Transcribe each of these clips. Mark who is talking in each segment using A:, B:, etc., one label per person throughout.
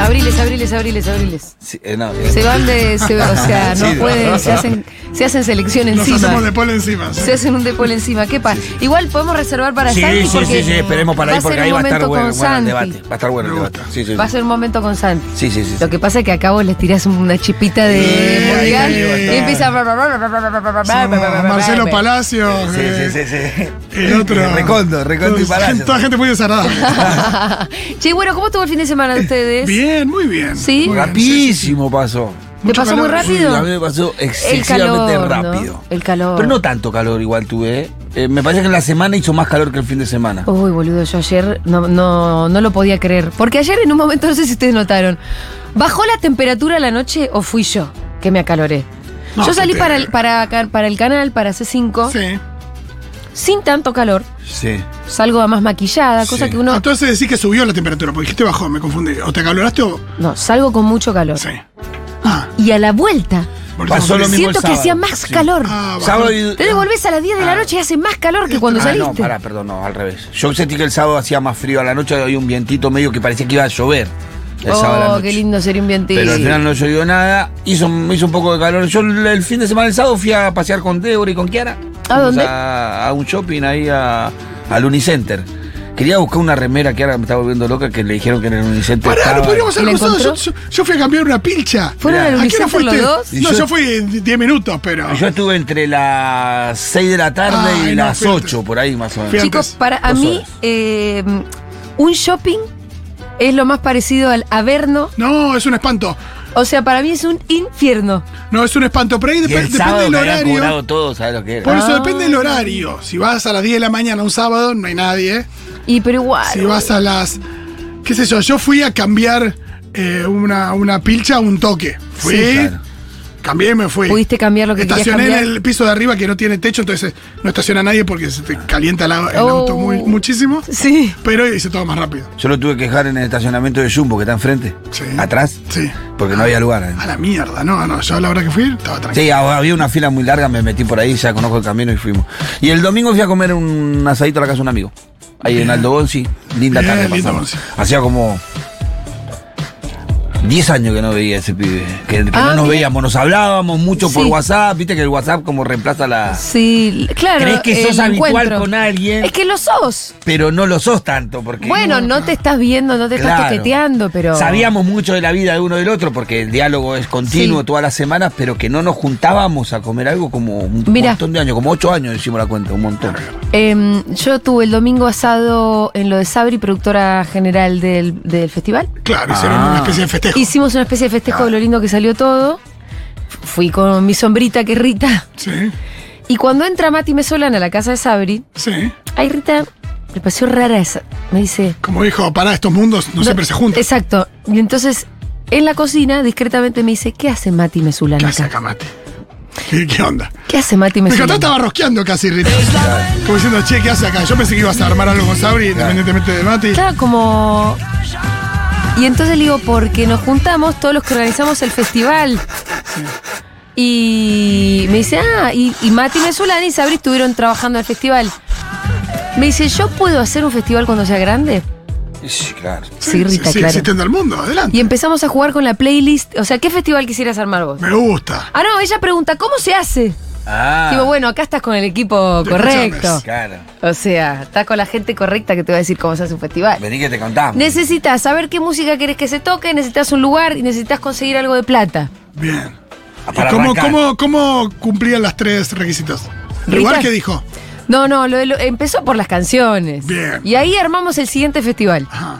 A: abriles, abriles, abriles.
B: Sí, eh, no, eh,
A: Se van de. se- o sea, no
B: Sí,
A: pueden.
B: ¿no?
A: Se hacen, se hacen selección
C: Nos
A: encima.
C: hacemos de polo encima. sí.
A: Se hacen un depol encima. ¿Qué pasa? Igual podemos reservar para
B: Sí,
A: Santi.
B: sí, sí,
A: porque
B: sí, esperemos para
A: va
B: ahí porque
A: ser un
B: ahí va a estar
A: momento
B: bueno,
A: con
B: bueno el
A: Santi.
B: debate. Va a estar bueno el
C: Me
B: debate.
C: gusta.
B: Sí, sí,
A: Va a
B: sí.
A: ser un momento con Santi.
B: Sí, sí, sí.
A: Lo que pasa es que a cabo les tirás una chipita de
C: Sí,
A: mundial
C: ahí va a
A: y
C: estar.
A: empieza a...
C: Somos Marcelo Palacio.
B: Sí,
C: eh,
B: sí, sí, sí.
C: El otro.
B: Recondo, Recondo y
C: Todos-
B: Palacio.
C: Toda gente muy desagradable.
A: Che, bueno, ¿cómo estuvo el fin de semana de ustedes?
C: Bien, muy bien.
A: ¿Sí?
C: Muy bien,
B: Rapidísimo pasó.
A: ¿Te
C: Mucho
A: pasó muy
C: calor.
A: rápido?
B: Sí, a mí me pasó
A: El
B: excesivamente
A: calor, ¿no?
B: rápido.
A: El calor.
B: Pero no tanto calor igual tuve. ¿eh? Eh, me parece que en la semana hizo más calor que el fin de semana.
A: Uy, boludo, yo ayer no, no, no lo podía creer. Porque ayer en un momento, no sé si ustedes notaron, ¿bajó la temperatura a la noche o fui yo que me acaloré?
C: No,
A: yo salí
C: te-
A: para, el, para, acá- para el canal, para C5,
C: Sí.
A: sin tanto calor.
B: Sí.
A: Salgo más maquillada, cosa
B: Sí.
A: que uno...
C: Entonces decís que subió la temperatura, porque dijiste bajó, me confundí. O te acaloraste o.
A: No, salgo con mucho calor.
C: Sí. Ah,
A: Y a la vuelta,
C: por
B: Pasó
C: eso me
B: lo
C: confundí.
B: mismo el
A: siento que
B: sábado,
A: hacía más
B: sí.
A: calor.
C: Ah, bajó.
B: Sábado y-
A: Te devolvés a las 10 de la noche y hace más calor que cuando
B: Ah,
A: saliste.
B: no, pará, perdón, no, al revés. Yo sentí que el sábado hacía más frío a la noche, había un vientito medio que parecía que iba a llover. El sábado a la
A: oh,
B: noche.
A: qué lindo sería un vientito.
B: Pero al final no llovió nada, hizo, hizo un poco de calor. Yo el, el fin de semana, el sábado, fui a pasear con Débora y con Kiara.
A: ¿A
B: Fuimos
A: dónde?
B: A, a un shopping ahí a- al Unicenter. Quería buscar una remera que ahora me estaba volviendo loca, que le dijeron que en el Unicenter
C: Pará,
B: estaba.
C: no podríamos
A: ¿Y la
C: haber cruzado. Yo,
A: encontró?
C: yo- yo fui a cambiar una pilcha.
A: ¿Fueron
B: Mirá,
A: al
C: ¿A qué hora
A: Unicenter los
C: fuiste?
A: dos?
B: Y
C: No,
B: yo- Ah,
C: yo, fui en 10 minutos, pero.
B: Yo estuve entre las 6 de la tarde
C: Ay,
B: y
C: no,
B: las
C: fui antes.
B: 8, por ahí más o
C: Fui
B: menos.
C: antes.
A: Chicos, para a
B: Dos
A: mí,
B: horas.
A: eh, un shopping es lo más parecido al Averno.
C: No, es un espanto.
A: O sea, para mí es un infierno.
C: No, es un espanto. Pero ahí
B: Y
C: dep-
B: el
C: depende
B: sábado
C: del
B: me habían
C: horario.
B: cobrado todo, ¿sabes lo que era?
C: Por eso
A: Ah.
C: depende del horario. Si vas a las 10 de la mañana un sábado, no hay nadie.
A: Y pero igual.
C: Si vas a las. ¿Qué sé yo? Yo fui a cambiar eh, una, una pilcha a un toque. Fui,
B: Sí, claro.
C: cambié y me fui.
A: Pudiste cambiar lo que querías
C: Estacioné
A: cambiar.
C: en el piso de arriba que no tiene techo, entonces eh, no estaciona nadie porque se te calienta la- el
A: Oh.
C: auto muy- muchísimo.
A: Sí.
C: Pero hice todo más rápido.
B: Yo lo tuve que dejar en el estacionamiento de Jumbo, que está enfrente.
C: Sí.
B: Atrás.
C: Sí.
B: Porque no había lugar. adentro.
C: A la mierda, no, no. Yo a la hora que fui estaba tranquilo.
B: Sí, hab- había una fila muy larga, me metí por ahí, ya conozco el camino y fuimos. Y el domingo fui a comer un asadito a la casa de un amigo. Ahí en Aldo Bonzi, linda
C: Bien,
B: tarde
C: lindo
B: pasamos.
C: Bonzi.
B: Hacía como 10 años que no veía a ese pibe. Que, que
A: Ah,
B: no nos
A: bien.
B: veíamos, nos hablábamos mucho por
A: Sí.
B: WhatsApp, viste que el WhatsApp como reemplaza la.
A: Sí, claro.
B: ¿Crees que
A: el
B: sos habitual
A: encuentro.
B: con alguien?
A: Es que lo sos.
B: Pero no lo sos tanto, porque.
A: Bueno, no te estás viendo, no te estás
B: Claro.
A: toqueteando, pero.
B: Sabíamos mucho de la vida de uno del otro, porque el diálogo es continuo
A: Sí.
B: todas las semanas, pero que no nos juntábamos a comer algo como un
A: Mirá.
B: montón de años, como ocho años hicimos la cuenta, un montón.
A: Em, yo tuve el domingo asado en lo de Sabri, productora general del, del festival.
C: Claro, hicieron
B: Ah.
C: una especie de festejo.
A: Hicimos una especie de festejo de lo lindo que salió todo. Fui con mi sombrita, que es Rita.
C: Sí,
A: Y cuando entra Mati Mesolana a la casa de Sabri,
C: sí.
A: ay Rita, me pareció rara esa. Me dice.
C: Como dijo, pará, estos mundos no, siempre se juntan.
A: Exacto. Y entonces, en la cocina, discretamente me dice, ¿qué hace Mati
C: ¿Qué
A: Mesolana
C: hace
A: acá?
C: acá, Mati? ¿Qué, qué onda?
A: ¿Qué hace Mati
C: Me encantó,
A: Mesolana?
C: estaba rosqueando casi, Rita. Como diciendo, che, ¿qué hace acá? Yo pensé que ibas a armar algo con Sabri, independientemente de Mati.
A: Estaba como. Y entonces le digo, porque nos juntamos todos los que organizamos el festival. Y me dice, ah, y, y Mati Mesolana y Sabri estuvieron trabajando en el festival. Me dice, ¿yo puedo hacer un festival cuando sea grande?
B: Sí, claro.
A: Sí, Rita,
C: sí,
A: claro.
C: existiendo el mundo, adelante.
A: Y empezamos a jugar con la playlist. O sea, ¿qué festival quisieras armar vos?
C: Me gusta.
A: Ah, no, ella pregunta, ¿cómo se hace?
B: Ah,
A: Digo, bueno, acá estás con el equipo
C: Te
A: correcto.
C: escuchamos.
B: claro.
A: O sea, estás con la gente correcta que te va a decir cómo se hace un festival.
B: Vení que te contamos.
A: Necesitas saber qué música querés que se toque, necesitas un lugar y necesitas conseguir algo de plata.
C: Bien. ¿Y
B: Ah, Para
C: ¿Cómo,
B: arrancar.
C: cómo, cómo cumplían las tres requisitos?
A: Rita.
C: ¿Lugar que dijo?
A: No, no, lo, de lo- empezó por las canciones.
C: Bien.
A: Y ahí armamos el siguiente festival.
C: Ajá.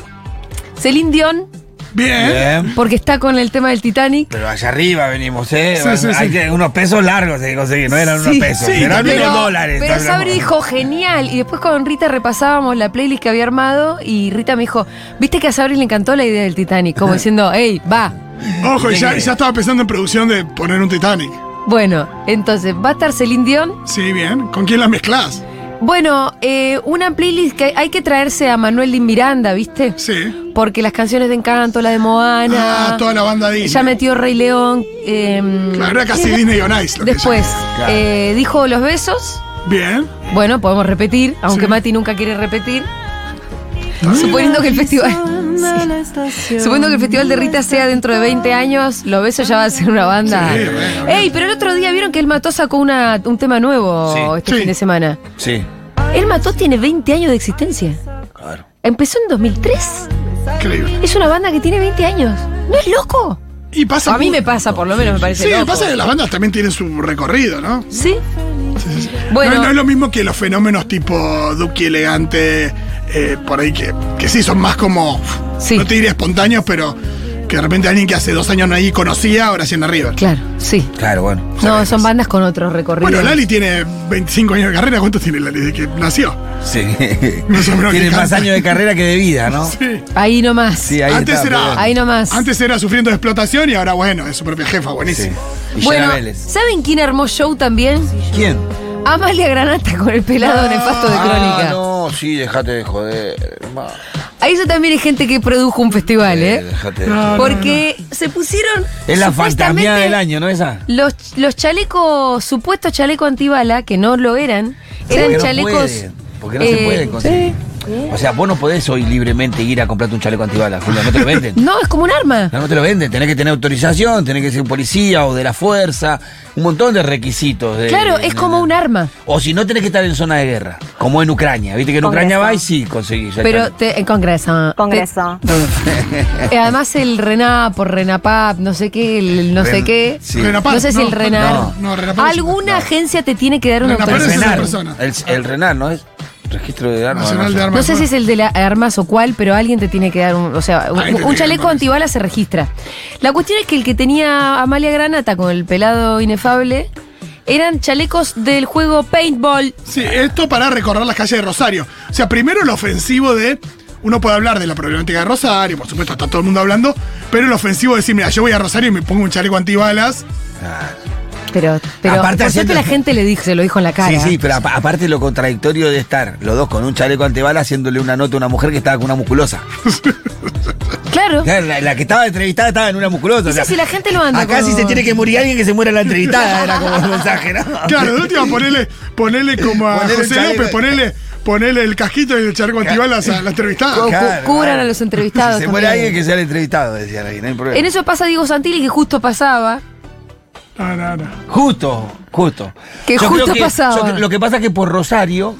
A: Celine Dion,
C: Bien.
B: Bien.
A: porque está con el tema del Titanic.
B: Pero allá arriba venimos, ¿eh?
C: Sí, sí,
B: Hay
C: sí.
B: que unos pesos largos hay que conseguir, no eran
A: Sí.
B: unos pesos,
C: Sí,
B: eran
C: pero-
B: unos dólares.
A: Pero
B: hablamos.
A: Sabri dijo, genial. Y después con Rita repasábamos la playlist que había armado y Rita me dijo, viste que a Sabri le encantó la idea del Titanic, como diciendo, hey, va.
C: Ojo, y ya,
B: Bien.
C: ya estaba pensando en producción de poner un Titanic.
A: Bueno, entonces, va a estar Celine Dion.
C: Sí, bien. ¿Con quién las mezclás?
A: Bueno, eh, una playlist que hay que traerse a Manuel Di Miranda, ¿viste?
C: Sí.
A: Porque las canciones de Encanto, la de Moana. eh,
C: Ah, toda la banda Disney.
A: Ya metió Rey León. em,
C: Claro, era casi Disney on Ice. lo que
A: Después,
B: Claro.
A: eh, dijo los besos.
C: ya- Bien.
A: Bueno, podemos repetir, aunque
C: Sí.
A: Mati nunca quiere repetir. Suponiendo que el festival. sí. Suponiendo que el festival de Rita sea dentro de 20 años, lo beso ya va a ser una banda.
C: Sí, bueno.
A: Ey, pero el otro día vieron que El Mató sacó una, un tema nuevo
B: Sí.
A: este
C: Sí.
A: fin de semana.
B: Sí,
A: El Mató tiene 20 años de existencia.
B: claro.
A: Empezó en 2003.
C: Increíble.
A: Es una banda que tiene 20 años. ¿No es loco?
C: Y pasa.
A: A mí
C: mu-
A: me pasa, por lo menos me parece
C: Sí,
A: loco.
C: pasa que las bandas también tienen su recorrido, ¿no?
A: ¿Sí?
C: Sí, sí.
A: Bueno.
C: No, no es lo mismo que los fenómenos tipo Duki Elegante, eh, por ahí que, que sí, son más como.
A: Sí.
C: No te diría espontáneos, pero que de repente alguien que hace dos años nadie conocía, ahora sí en arriba.
A: Claro, sí.
B: Claro, bueno.
A: No, son bandas con otros recorridos.
C: Bueno, Lali tiene 25 años de carrera. ¿Cuántos tiene Lali desde que nació?
B: Sí.
C: Más o menos
B: Tiene
C: que
B: más
C: canta.
B: años de carrera que de vida, ¿no?
C: Sí.
A: Ahí nomás.
B: Sí, ahí
C: Antes
B: está,
C: era-
B: pero bueno.
A: Ahí nomás.
C: Antes era sufriendo de explotación y ahora, bueno, es su propia jefa,
B: Sí.
C: buenísimo.
B: Y Yana
A: bueno,
B: Vélez.
A: ¿saben quién armó show también?
B: ¿Quién?
A: Amalia Granata con el pelado nefasto de
B: Ah,
A: crónica.
B: no, sí, dejate de joder. hermano.
A: A eso también hay gente que produjo un festival,
B: Eh,
A: ¿eh?
B: dejate de
C: No,
B: joder.
A: Porque se pusieron.
B: Es la
A: supuestamente,
B: fantasmía del año, ¿no esa?
A: Los, los chalecos, supuestos chalecos antibala, que no lo eran, eran
B: Porque no
A: chalecos.
B: pueden, porque no
A: eh,
B: se pueden conseguir. O sea, vos no podés hoy libremente ir a comprarte un chaleco antibalas, Julia, no te lo venden.
A: No, es como un arma.
B: No, no te lo venden, tenés que tener autorización, tenés que ser un policía o de la fuerza, un montón de requisitos. de-
A: Claro, es
B: de-
A: como un arma.
B: O si no, tenés que estar en zona de guerra, como en Ucrania. Viste que en
D: Con
B: Ucrania
D: eso.
B: va y sí conseguís. el
A: Pero
B: chaleco.
A: te- en Congreso. Te-
D: Congreso.
A: Eh, Además el RENAP, por RENAPAP, no sé qué, el no
B: Ren-
A: sé qué.
B: Sí.
C: Renapar,
A: no sé si
C: no,
A: el RENAR.
B: no,
C: no, Renapar es-
A: Alguna
C: no.
A: agencia te tiene que dar una
C: Renapar es
B: el
C: esa
A: autorización.
B: Renar,
C: persona.
B: el, el Renar, ¿no es? Registro de armas.
C: Nacional
B: no
C: de
B: sé.
C: Armas.
A: No sé si es el de las armas o cuál, pero alguien te tiene que dar un. O
B: Ah,
A: sea,
B: este
A: un,
C: Alguien te
A: un
C: tiene que
A: chaleco
C: dar
A: antibala se registra. La cuestión es que el que tenía Amalia Granata con el pelado inefable eran chalecos del juego Paintball.
C: Sí, esto para recorrer las calles de Rosario. O sea, primero lo ofensivo de. Uno puede hablar de la problemática de Rosario, por supuesto, está todo el mundo hablando, pero lo ofensivo de decir, mira, yo voy a Rosario y me pongo un chaleco antibalas.
B: Ah,
A: Pero, pero
B: Aparte
A: por
B: haciendo-
A: suerte la gente le dijo, se lo dijo en la cara.
B: Sí, sí, pero apa- aparte lo contradictorio de estar los dos con un chaleco antibalas haciéndole una nota a una mujer que estaba con una musculosa.
A: Claro.
B: Claro, La, la que estaba entrevistada estaba en una musculosa. o
A: Dice,
B: sea,
A: si la gente lo anda
B: Acá
A: con-
B: si se tiene que morir alguien que se muera la entrevistada, era como el mensaje, ¿no?
C: Claro, de última, ponele, ponele como a
B: Ah, Ponele el
C: José
B: chaleco.
C: López, ponele, ponele el cajito y el chaleco antibalas a la
A: O
C: entrevistada.
A: cu-
B: Claro,
A: cubran
B: claro.
A: a los entrevistados.
B: Si se muere
A: también.
B: alguien que sea el entrevistado, decían ahí, no hay problema.
A: En eso pasa Diego Santilli, que justo pasaba.
C: No, no, no.
B: Justo, justo.
A: Que justo pasaba.
B: yo creo- lo que pasa es que por Rosario,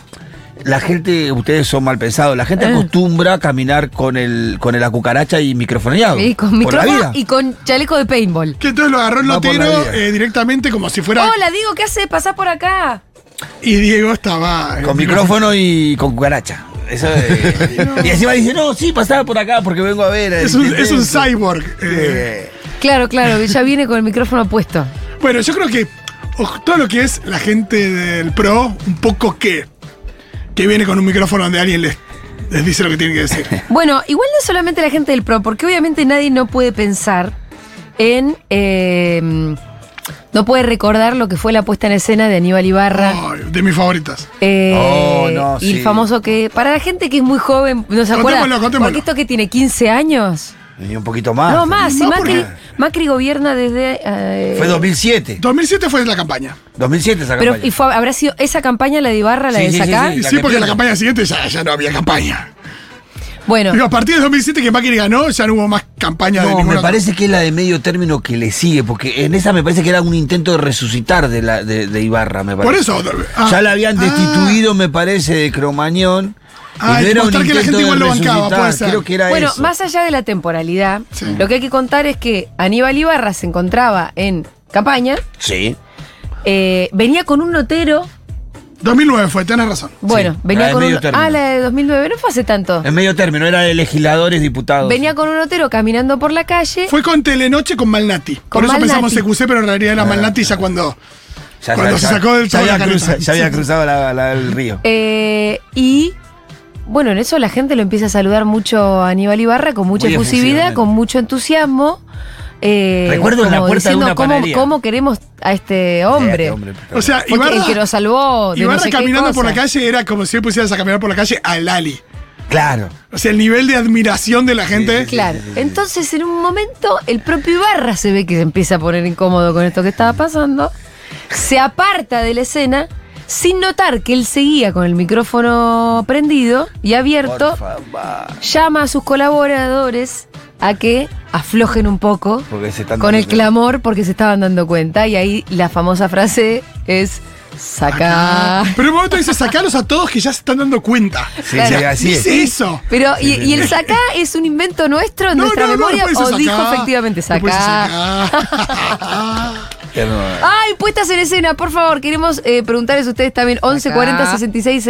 B: la gente, ustedes son mal pensados, la
A: Eh.
B: gente acostumbra a caminar con el, con el acucaracha y microfoneado.
A: Y eh, con
B: por la
A: micrófono
B: vida.
A: y con chaleco de paintball.
C: Que entonces lo agarró el
B: Va por la
C: notero
B: vida.
C: eh, directamente como si fuera.
A: Hola, digo, ¿qué hace? Pasá por acá.
C: Y Diego estaba. eh,
B: Con micrófono y con cucaracha. Eso eh, Y encima dice, no, sí, pasaba por acá porque vengo a ver.
C: Es un, es un cyborg. eh.
A: Claro, claro, que ya viene con el micrófono puesto.
C: Bueno, yo creo que o- todo lo que es la gente del pro, un poco que, que viene con un micrófono donde alguien les, les dice lo que tienen que decir.
A: Bueno, igual no solamente la gente del pro, porque obviamente nadie no puede pensar en. eh, no puede recordar lo que fue la puesta en escena de Aníbal Ibarra.
C: Ay, de mis favoritas.
A: eh,
B: Oh, no,
A: y el
B: sí.
A: famoso que. Para la gente que es muy joven, no se acuerda.
C: Contémoslo, contémoslo.
A: Porque esto que tiene 15 años.
B: Y un poquito más.
A: no, más.
C: no,
A: y Macri,
C: porque-
A: Macri gobierna desde. eh,
B: Fue 2007.
C: 2007 fue la campaña.
B: 2007 esa
A: Pero
B: campaña.
A: ¿y fue- habrá sido esa campaña la de Ibarra, la
B: Sí,
A: de
B: sí, sí,
A: Sacá?
B: sí.
C: Y
B: La
C: sí,
B: que
C: porque la
B: pierde.
C: campaña siguiente ya, ya no había campaña.
A: Bueno,
C: Digo, a partir de 2007 que Macri ganó, ya no hubo más campaña de
B: No,
C: ninguna
B: me parece que es la de medio término que le sigue, porque en esa me parece que era un intento de resucitar de, la, de, de Ibarra, me parece.
C: Por eso. ah,
B: ya la habían
C: ah,
B: destituido, me parece, de Cromañón.
C: Ah,
B: y
C: es
B: no era un
C: mostrar que la
B: intento
C: gente igual
B: de
C: lo bancaba,
B: resucitar,
C: puede ser.
B: Creo que era
A: bueno
B: eso.
A: más allá de la temporalidad,
C: Sí.
A: lo que hay que contar es que Aníbal Ibarra se encontraba en campaña,
B: Sí.
A: eh, venía con un notero,
C: 2009 fue, tenés razón.
A: bueno,
B: Sí, la
A: venía
B: de
A: con
B: medio
A: un...
B: término.
A: Ah, la de 2009, no fue hace tanto.
B: En medio término, era de legisladores, diputados.
A: Venía con un notero caminando por la calle.
C: Fue con Telenoche con Malnati. Por
A: Con
C: eso pensamos
A: Malnati.
C: CQC, pero en realidad
B: Ah,
C: era Malnati ya cuando.
B: Ya-
C: cuando
B: ya-
C: se sacó del
B: ya
C: todo la
B: había,
C: careta.
B: cruza- ya había cruzado la- la- el río.
A: eh, y bueno, en eso la gente lo empieza a saludar mucho a Aníbal Ibarra con mucha
B: Muy
A: efusividad,
B: efusivamente.
A: con mucho entusiasmo. eh,
B: Recuerdo en la
A: como
B: puerta de
A: diciendo
B: una
A: cómo,
B: panadería.
A: cómo queremos a este hombre.
B: Eh, hombre,
C: O sea,
A: Porque
C: Ibarra,
A: el que lo salvó Oh, de
C: Ibarra
A: no sé qué
C: caminando por la
A: cosa.
C: calle era como si hoy pusieras a caminar por la calle a Lali.
B: claro.
C: O sea, el nivel de admiración de la gente.
A: Claro, entonces en un momento el propio Ibarra se ve que se empieza a poner incómodo con esto que estaba pasando, se aparta de la escena sin notar que él seguía con el micrófono prendido y abierto,
B: Por favor.
A: llama a sus colaboradores a que aflojen un poco
B: Porque se están
A: con el
B: dando cuenta.
A: clamor porque se estaban dando cuenta y ahí la famosa frase es sacar.
C: Pero en un momento dice, sacalos a todos que ya se están dando cuenta.
B: Sí,
A: Claro.
B: sí, así es.
C: Dice eso.
A: Pero, y, y el sacá es un invento nuestro en
C: No,
A: nuestra
C: no, no,
A: memoria?
C: después
A: ¿O
C: dice
A: dijo
C: sacá.
A: efectivamente
C: Después dice
A: sacá?
C: sacá.
B: Ya no-
A: Ay, puestas en escena, por favor, queremos eh, preguntarles a ustedes también 1140 66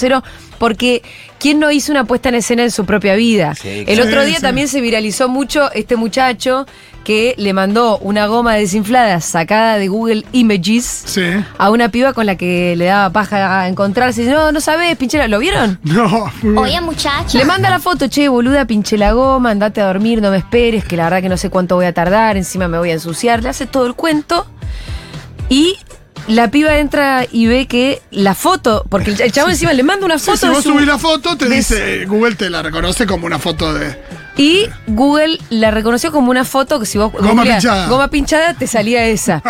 A: 000 porque ¿quién no hizo una puesta en escena en su propia vida?
B: Sí,
A: El
C: claro.
A: otro
C: Sí,
A: día
C: sí.
A: también se viralizó mucho este muchacho que le mandó una goma desinflada sacada de Google Images
C: Sí.
A: a una piba con la que le daba paja a encontrarse. Dice, No, no sabes, pinchera, ¿lo vieron?
C: No. muy bueno.
D: Oye, muchacha.
A: Le manda la foto, che, boluda, pinche la goma, andate a dormir, no me esperes, que la verdad que no sé cuánto voy a tardar, encima me voy a ensuciar. Le hace todo el cuento. Y la piba entra y ve que la foto, porque el chavo encima le manda una
C: Sí,
A: foto.
C: si
A: de
C: vos
A: su-
C: subís la foto, te
A: de
C: dice, Google te la reconoce como una foto de...
A: Y Google la reconoció como una foto que si vos.
C: Goma
A: googleás,
C: pinchada.
A: Goma pinchada, te salía esa.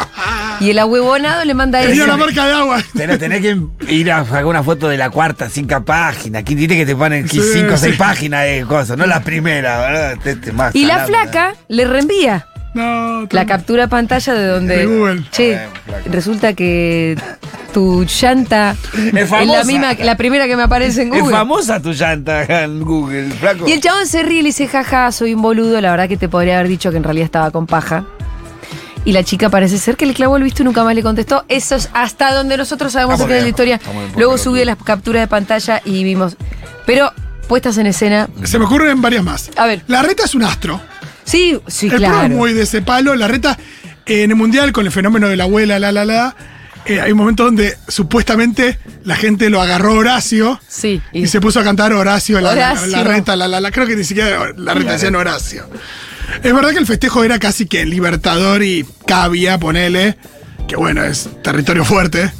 A: Y el ahuevonado le manda
C: Tenía
A: esa.
C: la marca de agua.
B: Tenés, tenés que ir a sacar una foto de la cuarta, cinco páginas. Aquí dice que te ponen
C: Sí,
B: 5 o
C: sí.
B: 6 páginas de cosas, no las primeras, ¿verdad? Te- te más
A: Y la
B: salame,
A: flaca le reenvía.
C: No,
A: La
C: también.
A: captura de pantalla de donde.
C: De Google.
A: Che,
B: Bueno, Ah, flaco.
A: resulta que tu llanta es, la
B: famosa.
A: misma, la primera que me aparece en
B: ¿no? Es
A: Google.
B: famosa tu llanta en Google, flaco.
A: y el chabón se ríe y le dice, jaja, soy un boludo, la verdad que te podría haber dicho que en realidad estaba con paja. Y la chica parece ser que le clavó el visto y nunca más le contestó. Eso es hasta donde nosotros sabemos
B: Estamos
A: que es la
B: bien,
A: historia.
B: estamos bien, por
A: Luego
B: favor.
A: subió la captura de pantalla y vimos. Pero puestas en escena.
C: Se me ocurren varias más.
A: A ver.
C: La reta es un astro.
A: Sí, sí,
C: el
A: claro.
C: pro es muy de ese palo. La reta eh, en el mundial con el fenómeno de la abuela, la, la, la. eh, hay un momento donde supuestamente la gente lo agarró Horacio
A: Sí.
C: y, se puso a cantar Horacio, la, la-
A: Horacio.
C: la reta, la, la, la. Creo que ni siquiera la reta decían Horacio. Es verdad que el festejo era casi que Libertador y Cavia, ponele. Que bueno, es territorio fuerte.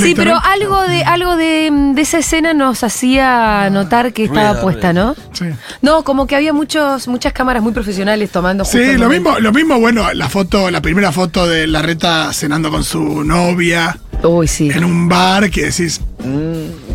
A: Sí, pero algo de algo de, de esa escena nos hacía notar que estaba
B: Ruido,
A: puesta, ¿no?
C: Sí.
A: No, como que había muchos muchas cámaras muy profesionales tomando. justo
C: Sí,
A: el
C: lo
A: momento.
C: mismo, lo mismo, bueno, la foto, la primera foto de la reta cenando con su novia
A: Uy, sí.
C: en un bar que decís,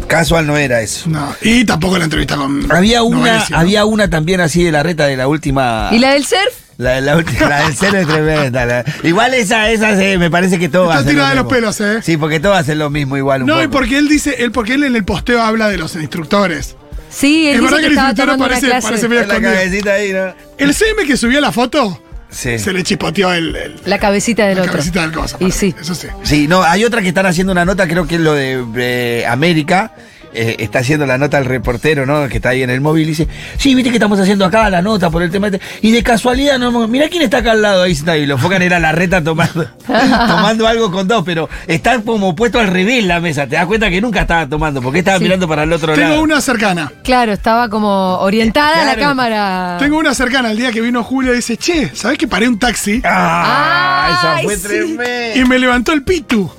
B: Casual no era eso.
C: No, y tampoco la entrevista con.
B: Había una,
C: Novarecio, ¿no?
B: había una también así de la reta de la última.
A: ¿Y la del surf?
B: La, la ulti- la del cero es tremenda. la- igual esa, esa sí, me parece que todo
C: Está
B: va a ser
C: tirada de
B: lo
C: los
B: mismo.
C: pelos, ¿eh?
B: Sí, porque todo va a ser lo mismo igual. un
C: No, y
B: poco.
C: porque él dice, él, porque él en el posteo habla de los instructores.
A: Sí, él
C: Es
A: dice
C: verdad
A: que
C: que el
A: estaba
C: instructor
A: tomando
C: parece-
A: una clase.
C: parece medio-
B: Es la
C: escondido.
B: cabecita ahí, ¿no?
C: El CM que subió la foto
B: Sí.
C: se le chispoteó el, el-
A: La cabecita del
C: la
A: otro.
C: cabecita del cosa.
A: Y sí.
C: Eso sí.
B: Sí, no, hay otra que están haciendo una nota, creo que es lo de eh, América. eh, está haciendo la nota el reportero, ¿no? Que está ahí en el móvil y dice, sí, viste que estamos haciendo acá la nota por el tema este. Y de casualidad, no, hemos- mirá quién está acá al lado, ahí está, y lo focan era la reta tomando, tomando algo con dos, pero está como puesto al revés la mesa, te das cuenta que nunca estaba tomando, porque estaba
A: Sí.
B: mirando para el otro
C: Tengo
B: lado.
C: una cercana.
A: Claro, estaba como orientada a la
B: Claro.
A: cámara.
C: Tengo una cercana. El día que vino Julio dice, che, ¿sabés que paré un taxi?
B: Ah,
A: Ay,
B: esa fue
A: sí.
C: Y
B: tremenda.
C: me levantó el pitu.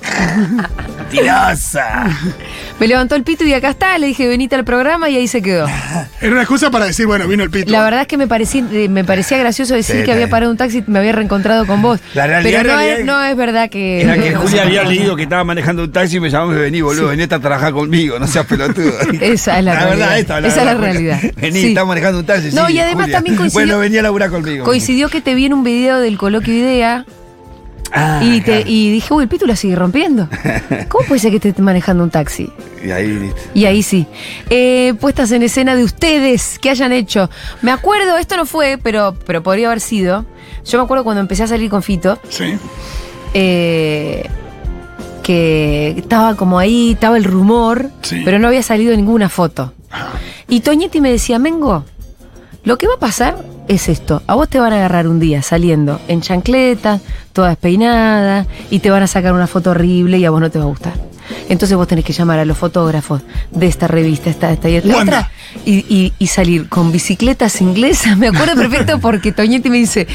B: Mentirosa.
A: Me levantó el pito y acá está. Le dije, venite al programa y ahí se quedó.
C: Era una excusa para decir, bueno, vino el pitu.
A: La verdad es que me parecía, eh, me parecía gracioso decir
B: Sí,
A: que
B: está
A: había
B: bien.
A: parado un taxi y me había reencontrado con vos.
B: La realidad,
A: Pero no,
B: realidad
A: es,
B: es-
A: no es verdad que.
B: Era que Julia había leído que estaba manejando un taxi y me llamó y me vení, boludo, veniste a trabajar conmigo, no seas pelotudo.
A: Esa es la realidad.
B: verdad, esta,
A: Esa es la realidad.
B: Vení,
A: Sí.
B: está manejando un taxi.
A: No,
B: sí,
A: y además
B: Julia.
A: también coincidió-
B: Bueno, venía a laburar conmigo.
A: Coincidió que te vi en un video del coloquio Idea
B: Ah,
A: y, te,
B: claro.
A: y dije, uy, el pito la sigue rompiendo. ¿Cómo puede ser que esté manejando un taxi?
B: Y ahí, viste.
A: Y ahí sí. Eh, puestas en escena de ustedes que hayan hecho. Me acuerdo, esto no fue, pero, pero podría haber sido. Yo me acuerdo cuando empecé a salir con Fito,
C: Sí.
A: eh, que estaba como ahí, estaba el rumor,
C: Sí. Ah.
A: pero no había salido ninguna foto. Y Toñetti me decía, Mengo, lo que va a pasar es esto. A vos te van a agarrar un día saliendo en chancleta, toda despeinada, y te van a sacar una foto horrible y a vos no te va a gustar. Entonces vos tenés que llamar a los fotógrafos de esta revista, esta, esta y esta
C: Wanda.
A: otra, y, y- y salir con bicicletas inglesas. Me acuerdo perfecto porque Toñetti me dice,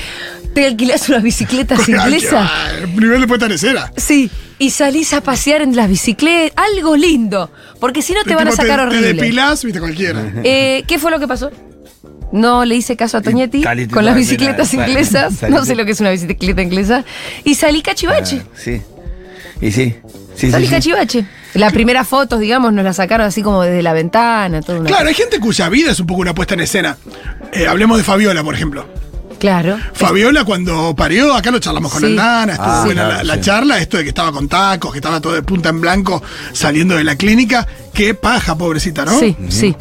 A: ¿te alquilás unas bicicletas inglesas?
C: Ah, Nivel de puesta en escena.
A: Sí, y salís a pasear en las bicicletas, algo lindo, porque si no te van a
C: Tipo,
A: sacar
C: Te
A: horrible.
C: depilás, viste, cualquiera.
A: Eh, ¿Qué fue lo que pasó? No le hice caso a Toñetti
B: saliste
A: con las
B: también,
A: bicicletas
B: sal-
A: inglesas,
B: saliste.
A: no sé lo que es una bicicleta inglesa, y salí cachivache,
B: Sí. Y sí. Sí, sí,
A: salí
B: Ah, sí.
A: cachivache. Las primeras fotos, digamos, nos las sacaron así como desde la ventana, todo. una-
C: Claro, hay gente cuya vida es un poco una puesta en escena. Eh, hablemos de Fabiola, por ejemplo.
A: Claro.
C: Fabiola cuando parió, acá lo charlamos con
A: Sí.
C: Aldana, estuvo
B: Ah,
C: buena
B: claro,
C: la, la
B: sí.
C: charla, esto de que estaba con tacos, que estaba todo de punta en blanco saliendo de la clínica. Qué paja, pobrecita, ¿no?
A: Sí, sí.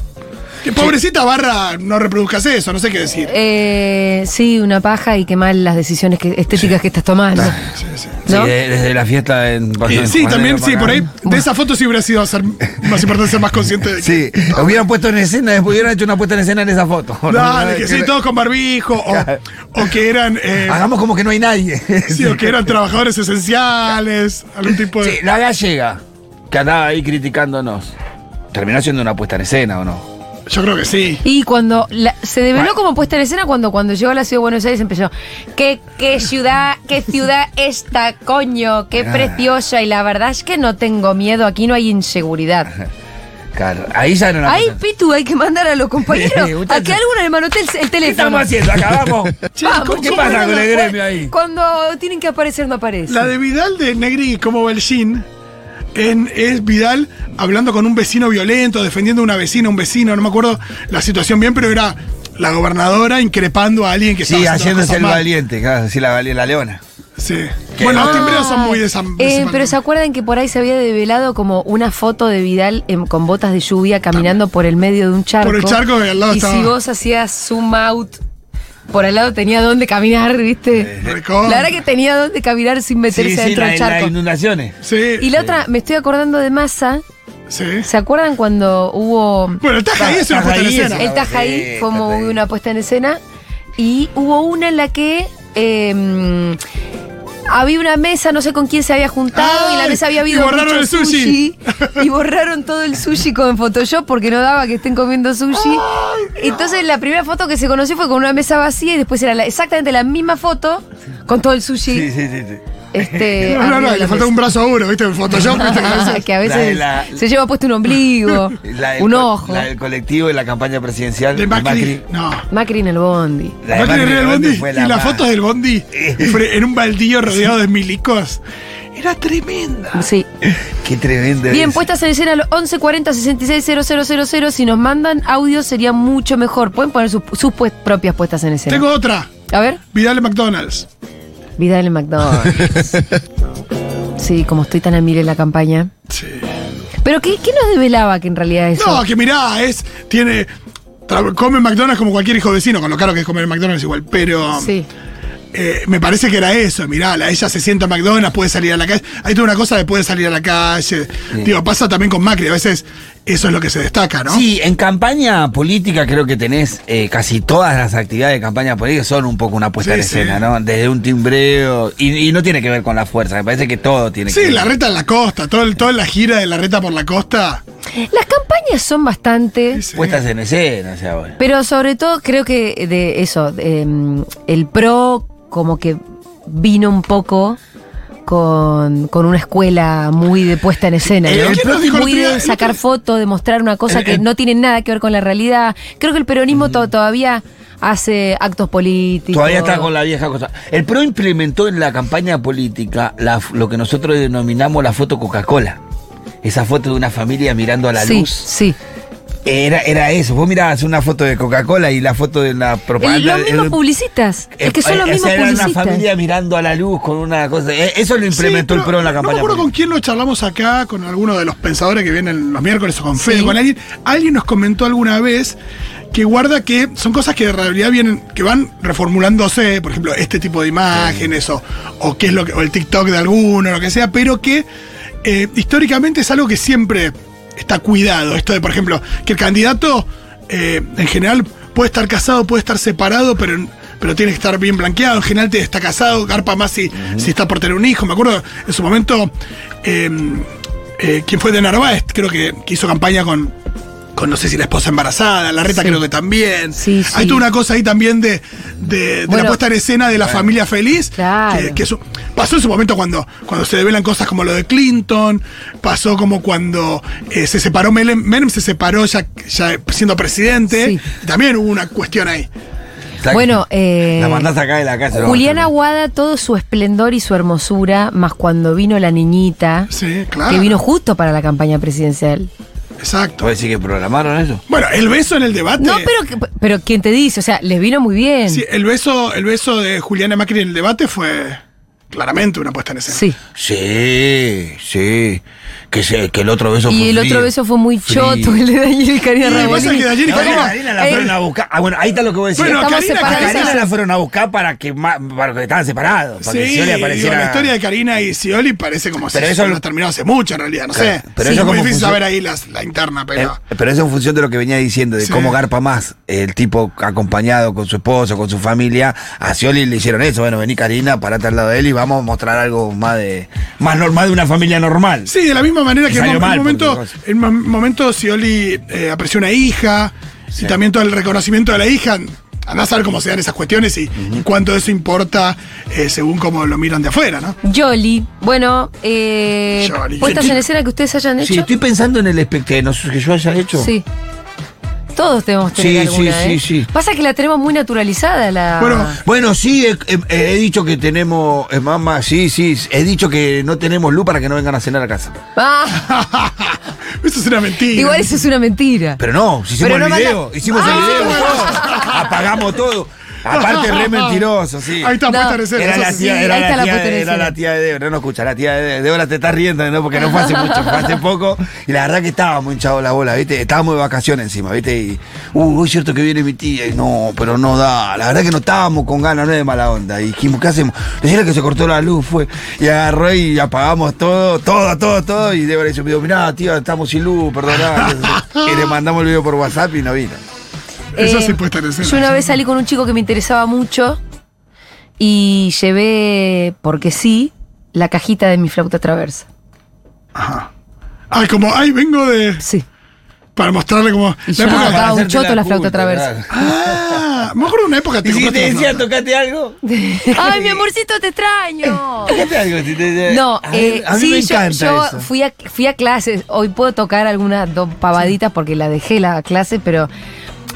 C: Que pobrecita barra, no reproduzcas eso, no sé qué decir.
A: Eh, sí, una paja y qué mal las decisiones que- estéticas que estás tomando.
C: Sí, sí.
A: ¿No?
B: Sí, de- desde la fiesta en
C: Eh, Sí,
B: en Juanero
C: también,
B: para
C: sí,
B: acá.
C: por ahí, de esa foto sí hubiera sido ser- más importante ser más consciente de que-
B: Sí, hubieran puesto en escena, después hubieran hecho una puesta en escena en esa foto.
C: Dale, que sí, todos con barbijo, o, o que eran eh,
B: Hagamos como que no hay nadie.
C: sí, o que eran trabajadores esenciales, algún tipo de.
B: Sí, la gallega, que andaba ahí criticándonos, terminó siendo una puesta en escena, ¿o no?
C: Yo creo que sí.
A: Y cuando la- se develó como puesta en escena cuando, cuando llegó a la ciudad de Buenos Aires empezó, qué, qué ciudad, qué ciudad esta, coño,
B: Ah.
A: qué preciosa. Y la verdad es que no tengo miedo, aquí no hay inseguridad.
B: Claro, ahí ya era una
A: Ay,
B: puesta en-
A: Pitu, hay que mandar a los compañeros
B: Sí,
A: a
B: muchachos.
A: que alguno le manote el, el
B: ¿Qué
A: teléfono.
B: estamos haciendo? ¿Acabamos?
C: Che, ¿cómo-
B: ¿Qué
C: cómo
B: pasa
C: era
B: con
C: la-
B: el gremio ahí?
A: Cuando tienen que aparecer, no aparecen.
C: La de Vidal de Negri como Belgin en- es Vidal hablando con un vecino violento, defendiendo a una vecina, un vecino, no me acuerdo la situación bien, pero era la gobernadora increpando a alguien que
B: Sí,
C: estaba haciendo
B: haciéndose
C: cosas
B: el
C: mal.
B: valiente, claro, sí, la, vali- la leona.
C: Sí.
B: Que-
C: Bueno,
B: Ah,
C: los timbreros son muy de esa. de
A: Eh,
C: ese
A: pero se
C: palo.
A: acuerdan que por ahí se había develado como una foto de Vidal en- con botas de lluvia caminando por el medio de un charco.
C: Por el charco y al lado
A: Y
C: estaba-
A: si vos hacías zoom out, por al lado tenía donde caminar, ¿viste?
C: Recontra.
A: La verdad que tenía donde caminar sin meterse
B: Eh, Sí, sí,
A: dentro
B: las
A: del charco.
B: inundaciones.
A: y
C: Sí.
A: la otra, me estoy acordando de Massa.
C: Sí.
A: ¿Se acuerdan cuando hubo
C: Bueno, el Taja ahí es una
B: Taja
C: puesta en
B: ahí es-
C: escena.
A: el Tajaí
B: Sí,
A: fue como
B: Tajaí.
A: una puesta en escena y hubo una en la que eh, había una mesa, no sé con quién se había juntado y en la
C: Ay,
A: mesa había
C: y
A: habido
C: borraron
A: mucho
C: el sushi.
A: y borraron todo el sushi con Photoshop porque no daba que estén comiendo sushi. Entonces la primera foto que se conoció fue con una mesa vacía y después era la- exactamente la misma foto con todo el sushi.
B: Sí, sí, sí. sí.
A: Este,
C: No, no,
A: arriba
C: no,
A: de la
C: le faltó un
A: mesa.
C: brazo a uno, ¿viste? En Photoshop, ¿viste? Que a
A: que a veces
C: veces-
B: La de la-
A: se lleva puesto un ombligo,
B: La del
A: un
B: co-
A: ojo.
B: La del colectivo y la campaña presidencial
C: De
B: de
C: Macri. No.
A: Macri en el bondi.
B: La de
C: Macri
B: Macri
C: arriba del bondi
B: fue
C: y las
B: más-
C: fotos del bondi fre- en un baldío rodeado de milicos. Era tremenda.
A: Sí.
B: Qué tremendo.
A: Bien,
B: es.
A: puestas en escena al 1140 000 Si nos mandan audio sería mucho mejor. Pueden poner sus, sus pues- propias puestas en escena.
C: Tengo otra.
A: A ver,
C: Vidal en McDonald's.
A: Vidal en McDonald's. sí, como estoy tan a mil en la campaña.
C: Sí.
A: Pero ¿qué, qué nos develaba que en realidad eso?
C: No, que mirá, es. Tiene. tra- Come en McDonald's como cualquier hijo vecino, con lo caro que es comer en McDonald's igual. Pero
A: Sí.
C: eh, me parece que era eso. Mirá, la- ella se sienta en McDonald's, puede salir a la calle. Hay toda una cosa de puede salir a la calle. Digo, pasa también con Macri. A veces eso es lo que se destaca, ¿no?
B: Sí, en campaña política creo que tenés eh, casi todas las actividades de campaña política son un poco una puesta
C: Sí,
B: en
C: sí.
B: escena, ¿no? Desde un timbreo. Y, y no tiene que ver con la fuerza, me parece que todo tiene que
C: Sí,
B: ver.
C: la reta en la costa, todo el- toda la gira de la reta por la costa.
A: Las campañas son bastante...
C: Sí.
B: Puestas en escena, o sea, bueno.
A: Pero sobre todo creo que de eso, de, em, el pro como que vino un poco con, con una escuela muy de puesta en escena.
C: Eh,
A: ¿no?
C: ¿quién nos dijo el
A: muy
C: otro día?
A: de sacar foto, de mostrar una
B: Eh,
A: cosa que no tiene nada que ver con la realidad. Creo que el peronismo to- todavía hace actos políticos.
B: Mm. Todavía está con la vieja cosa. El PRO implementó en la campaña política la f- lo que nosotros denominamos la foto Coca-Cola. Esa foto de una familia mirando a la
A: sí,
B: luz.
A: Sí.
B: Era, era eso. Vos mirabas una foto de Coca-Cola y la foto de la
A: Eh,
B: propaganda.
A: los mismos
B: eh,
A: publicistas. Es que son
B: eh,
A: los
B: o
A: mismos
B: sea, era una
A: publicistas.
B: familia mirando a la luz con una cosa. eh, Eso lo implementó
C: Sí,
B: el PRO en la
C: pero No me
B: campaña.
C: acuerdo con
B: política.
C: quién lo charlamos acá, con alguno de los pensadores que vienen los miércoles o con Fede,
A: Sí.
C: con alguien. Alguien nos comentó alguna vez que guarda que son cosas que de realidad vienen, que van reformulándose, por ejemplo, este tipo de imágenes o, o qué es lo que, o el TikTok de alguno, lo que sea, pero que eh, históricamente es algo que siempre está cuidado. Esto de, por ejemplo, que el candidato eh, en general puede estar casado, puede estar separado, pero, pero tiene que estar bien blanqueado. En general te está casado, garpa más si, si está por tener un hijo. Me acuerdo en su momento, eh, eh, quien fue de Narváez, creo que, que hizo campaña con, con, no sé si la esposa embarazada, la reta
A: Sí.
C: creo que también.
A: Sí, sí.
C: Hay toda una cosa ahí también de, de- de
A: Bueno.
C: la puesta en escena de la familia feliz.
A: Claro.
C: que- que eso- pasó en su momento cuando, cuando se develan cosas como lo de Clinton, pasó como cuando eh, se separó Menem, Menem se separó ya, ya siendo presidente.
A: Sí.
C: También hubo una cuestión ahí.
B: Está-
A: Bueno, eh,
B: La mandás acá de la casa. lo
A: Juliana
B: vas
A: Aguada, todo su esplendor y su hermosura, más cuando vino la niñita,
C: Sí, claro.
A: que vino justo para la campaña presidencial.
B: a- ¿Vos
C: Exacto.
B: decís que programaron eso?
C: Bueno, el beso en el debate.
A: No, pero, que- pero ¿quién te dice? O sea, les vino muy bien.
C: Sí, el beso, el beso de Juliana Macri en el debate fue claramente una puesta en escena.
A: Sí.
B: Sí, sí. Que, se- que el otro beso fue
A: Y el
B: frío.
A: otro beso fue muy
B: Frío.
A: choto, el de Daniel Karina
C: Y lo que pasa es que
A: Rabolini.
C: Daniel
B: No,
A: Fue como,
B: a Karina la
A: eh,
B: fueron a buscar. Ah, bueno, ahí está lo que vos decís.
C: Bueno,
A: Estamos
C: Karina,
B: a
A: separados.
B: Karina
A: esa-
B: la fueron a buscar para que, ma- para que estaban separados. Para que
C: Sí,
B: Scioli
C: digo,
B: apareciera.
C: la historia de Karina y Scioli parece como
B: Pero
C: si
B: eso
C: eso
B: lo-
C: lo terminó hace mucho en realidad, no
B: Claro,
C: sé.
B: pero
C: Pero
B: eso
C: es muy
B: como
C: difícil
B: funciona-
C: saber ahí las- la interna,
B: Eh,
C: pero.
B: Pero eso en función de lo que venía diciendo, de
C: Sí.
B: cómo garpa más el tipo acompañado con su esposo, con su familia. A Scioli le hicieron eso. Bueno, vení Karina, parate al lado de él y vamos a mostrar algo más de más normal de una familia normal.
C: Sí, de la misma manera
B: Y
C: que en
B: salió
C: un
B: mal,
C: momento,
B: porque-
C: en un momento Scioli eh, apreció una hija y también todo el reconocimiento de la hija. Andá a saber cómo se dan esas cuestiones y, y cuánto de eso importa eh, según cómo lo miran de afuera, ¿no?
A: Yoli. Bueno, eh,
C: Yoli.
A: puestas
B: Sí,
A: en escena que ustedes hayan
B: Sí,
A: hecho.
B: estoy pensando en el espectáculo que yo haya hecho.
A: Sí. Todos tenemos que
B: Sí,
A: tener
B: sí,
A: alguna,
B: sí,
A: ¿eh?
B: sí.
A: Pasa que la tenemos muy naturalizada la.
C: Bueno,
B: Bueno, sí, he, he- he dicho que tenemos, eh, mamá, sí, sí, he dicho que no tenemos luz para que no vengan a cenar a casa.
A: Ah,
C: eso es una mentira.
A: igual eso es una mentira.
B: Pero no, si hicimos
A: Pero no
B: el video,
A: manda-
B: hicimos el
A: Ah.
B: video, todo. apagamos todo. Aparte, re mentiroso, sí.
C: Ahí está
A: No,
C: puesta en escena,
B: Era
C: eso
B: la
C: sí.
B: tía,
A: sí,
B: era
A: ahí
B: la
A: está la
B: tía de,
A: potencia.
B: era la tía de Débora, no escucha, la tía de Débora te está riendo, ¿no? Porque no fue hace mucho, fue hace poco. Y la verdad que estábamos hinchados la bola, ¿viste? Estábamos de vacaciones encima, ¿viste? Y, uh, es cierto que viene mi tía, y no, pero no da. La verdad que no estábamos con ganas, no es de mala onda. Y dijimos, ¿qué hacemos? Decirle que se cortó la luz, fue. Y agarró y apagamos todo, todo, todo, todo. Y Débora dice, mirá, tía, estamos sin luz, perdoná. y le mandamos el video por WhatsApp y no vino.
C: Eso sí puesta en escena.
A: Eh, Yo una vez salí con un chico que me interesaba mucho y llevé, porque sí, la cajita de mi flauta traversa.
C: Ajá. Ah, como, ay, vengo de.
A: Sí.
C: Para mostrarle como.
A: Y
C: La
A: yo-
C: época.
A: Ah,
B: Para
A: un
B: hacerte
A: choto la flauta
B: culpa,
A: traversa.
B: claro.
C: Ah, me acuerdo de una época
B: Y si
C: compraste
B: te
C: una
B: decía,
C: flauta.
B: tocate algo.
A: ¡Ay, mi amorcito, te extraño!
B: Tocate algo. si te-
A: No,
B: a mí,
A: eh,
B: a mí
A: sí,
B: me
A: yo-
B: encanta
A: yo,
B: eso.
A: fui a fui a clases. Hoy puedo tocar algunas dos pavaditas porque la dejé la clase, pero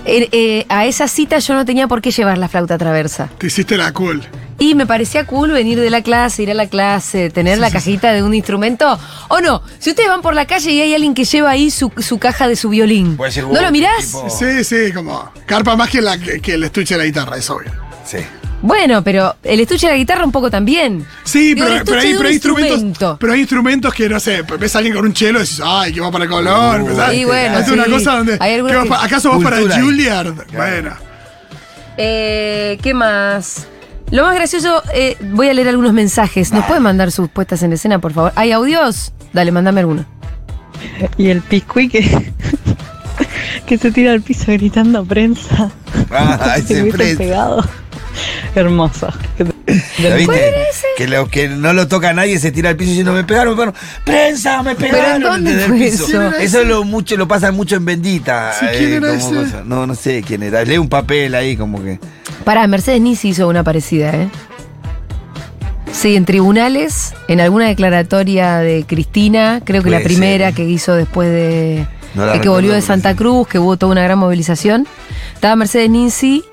A: eh, eh, a esa cita yo no tenía por qué llevar la flauta traversa.
C: Te hiciste la cool.
A: Y me parecía cool venir de la clase, ir a la clase, tener la cajita de un instrumento. O no, si ustedes van por la calle y hay alguien que lleva ahí su, su caja de su violín,
B: Puede ser
A: ¿no
B: vos,
A: lo mirás?
B: tipo- Oh.
C: Sí, sí, como. Carpa más que, la, que, que el estuche de la guitarra, es obvio.
B: Sí.
A: Bueno, pero el estuche de la guitarra un poco también.
C: Sí,
A: Digo,
C: pero,
A: el
C: pero
A: estuche
C: hay,
A: de un
C: pero hay instrumentos.
A: instrumento.
C: Pero hay instrumentos que, no sé, ves a alguien con un chelo y dices, ay, que va para color.
B: Uh,
C: ¿verdad?
B: sí, bueno,
C: Hace una
A: sí.
C: cosa donde.
A: Hay algunos
C: ¿qué vas
A: que-
C: pa- ¿Acaso vas para el
B: Cultura ahí.
C: Juilliard? Bueno.
A: Eh, ¿Qué más? Lo más gracioso, eh, voy a leer algunos mensajes. ¿Nos pueden mandar sus puestas en escena, por favor? ¿Hay audios? Dale, mándame alguno.
D: Y el piscuí que, que se tira al piso gritando prensa.
B: Ah,
D: Como si
B: ese
D: le hubiesen
B: prensa.
D: pegado. Hermoso.
B: ¿Lo viste? Que, lo, que no lo toca a nadie se tira al piso diciendo, me pegaron, me pegaron. ¡Prensa, me pegaron!
A: ¿en dónde
B: desde el
A: fue
B: piso.
A: eso? ¿Quién era
B: Eso lo, mucho, lo pasa mucho en Bendita. eh,
C: Sí, ¿quién era
B: como
C: ese?
B: cosa. No, no sé quién era. Lee un papel ahí como que...
A: Pará, Mercedes Nisi hizo una parecida, ¿eh? Sí, en tribunales, en alguna declaratoria de Cristina, creo que la
B: Puede
A: primera
B: ser, ¿eh?
A: que hizo después de
B: No
A: de
B: la
A: que
B: recuerdo,
A: volvió de
B: pero
A: Santa
B: sí.
A: Cruz, que hubo toda una gran movilización. Estaba Mercedes Nisi,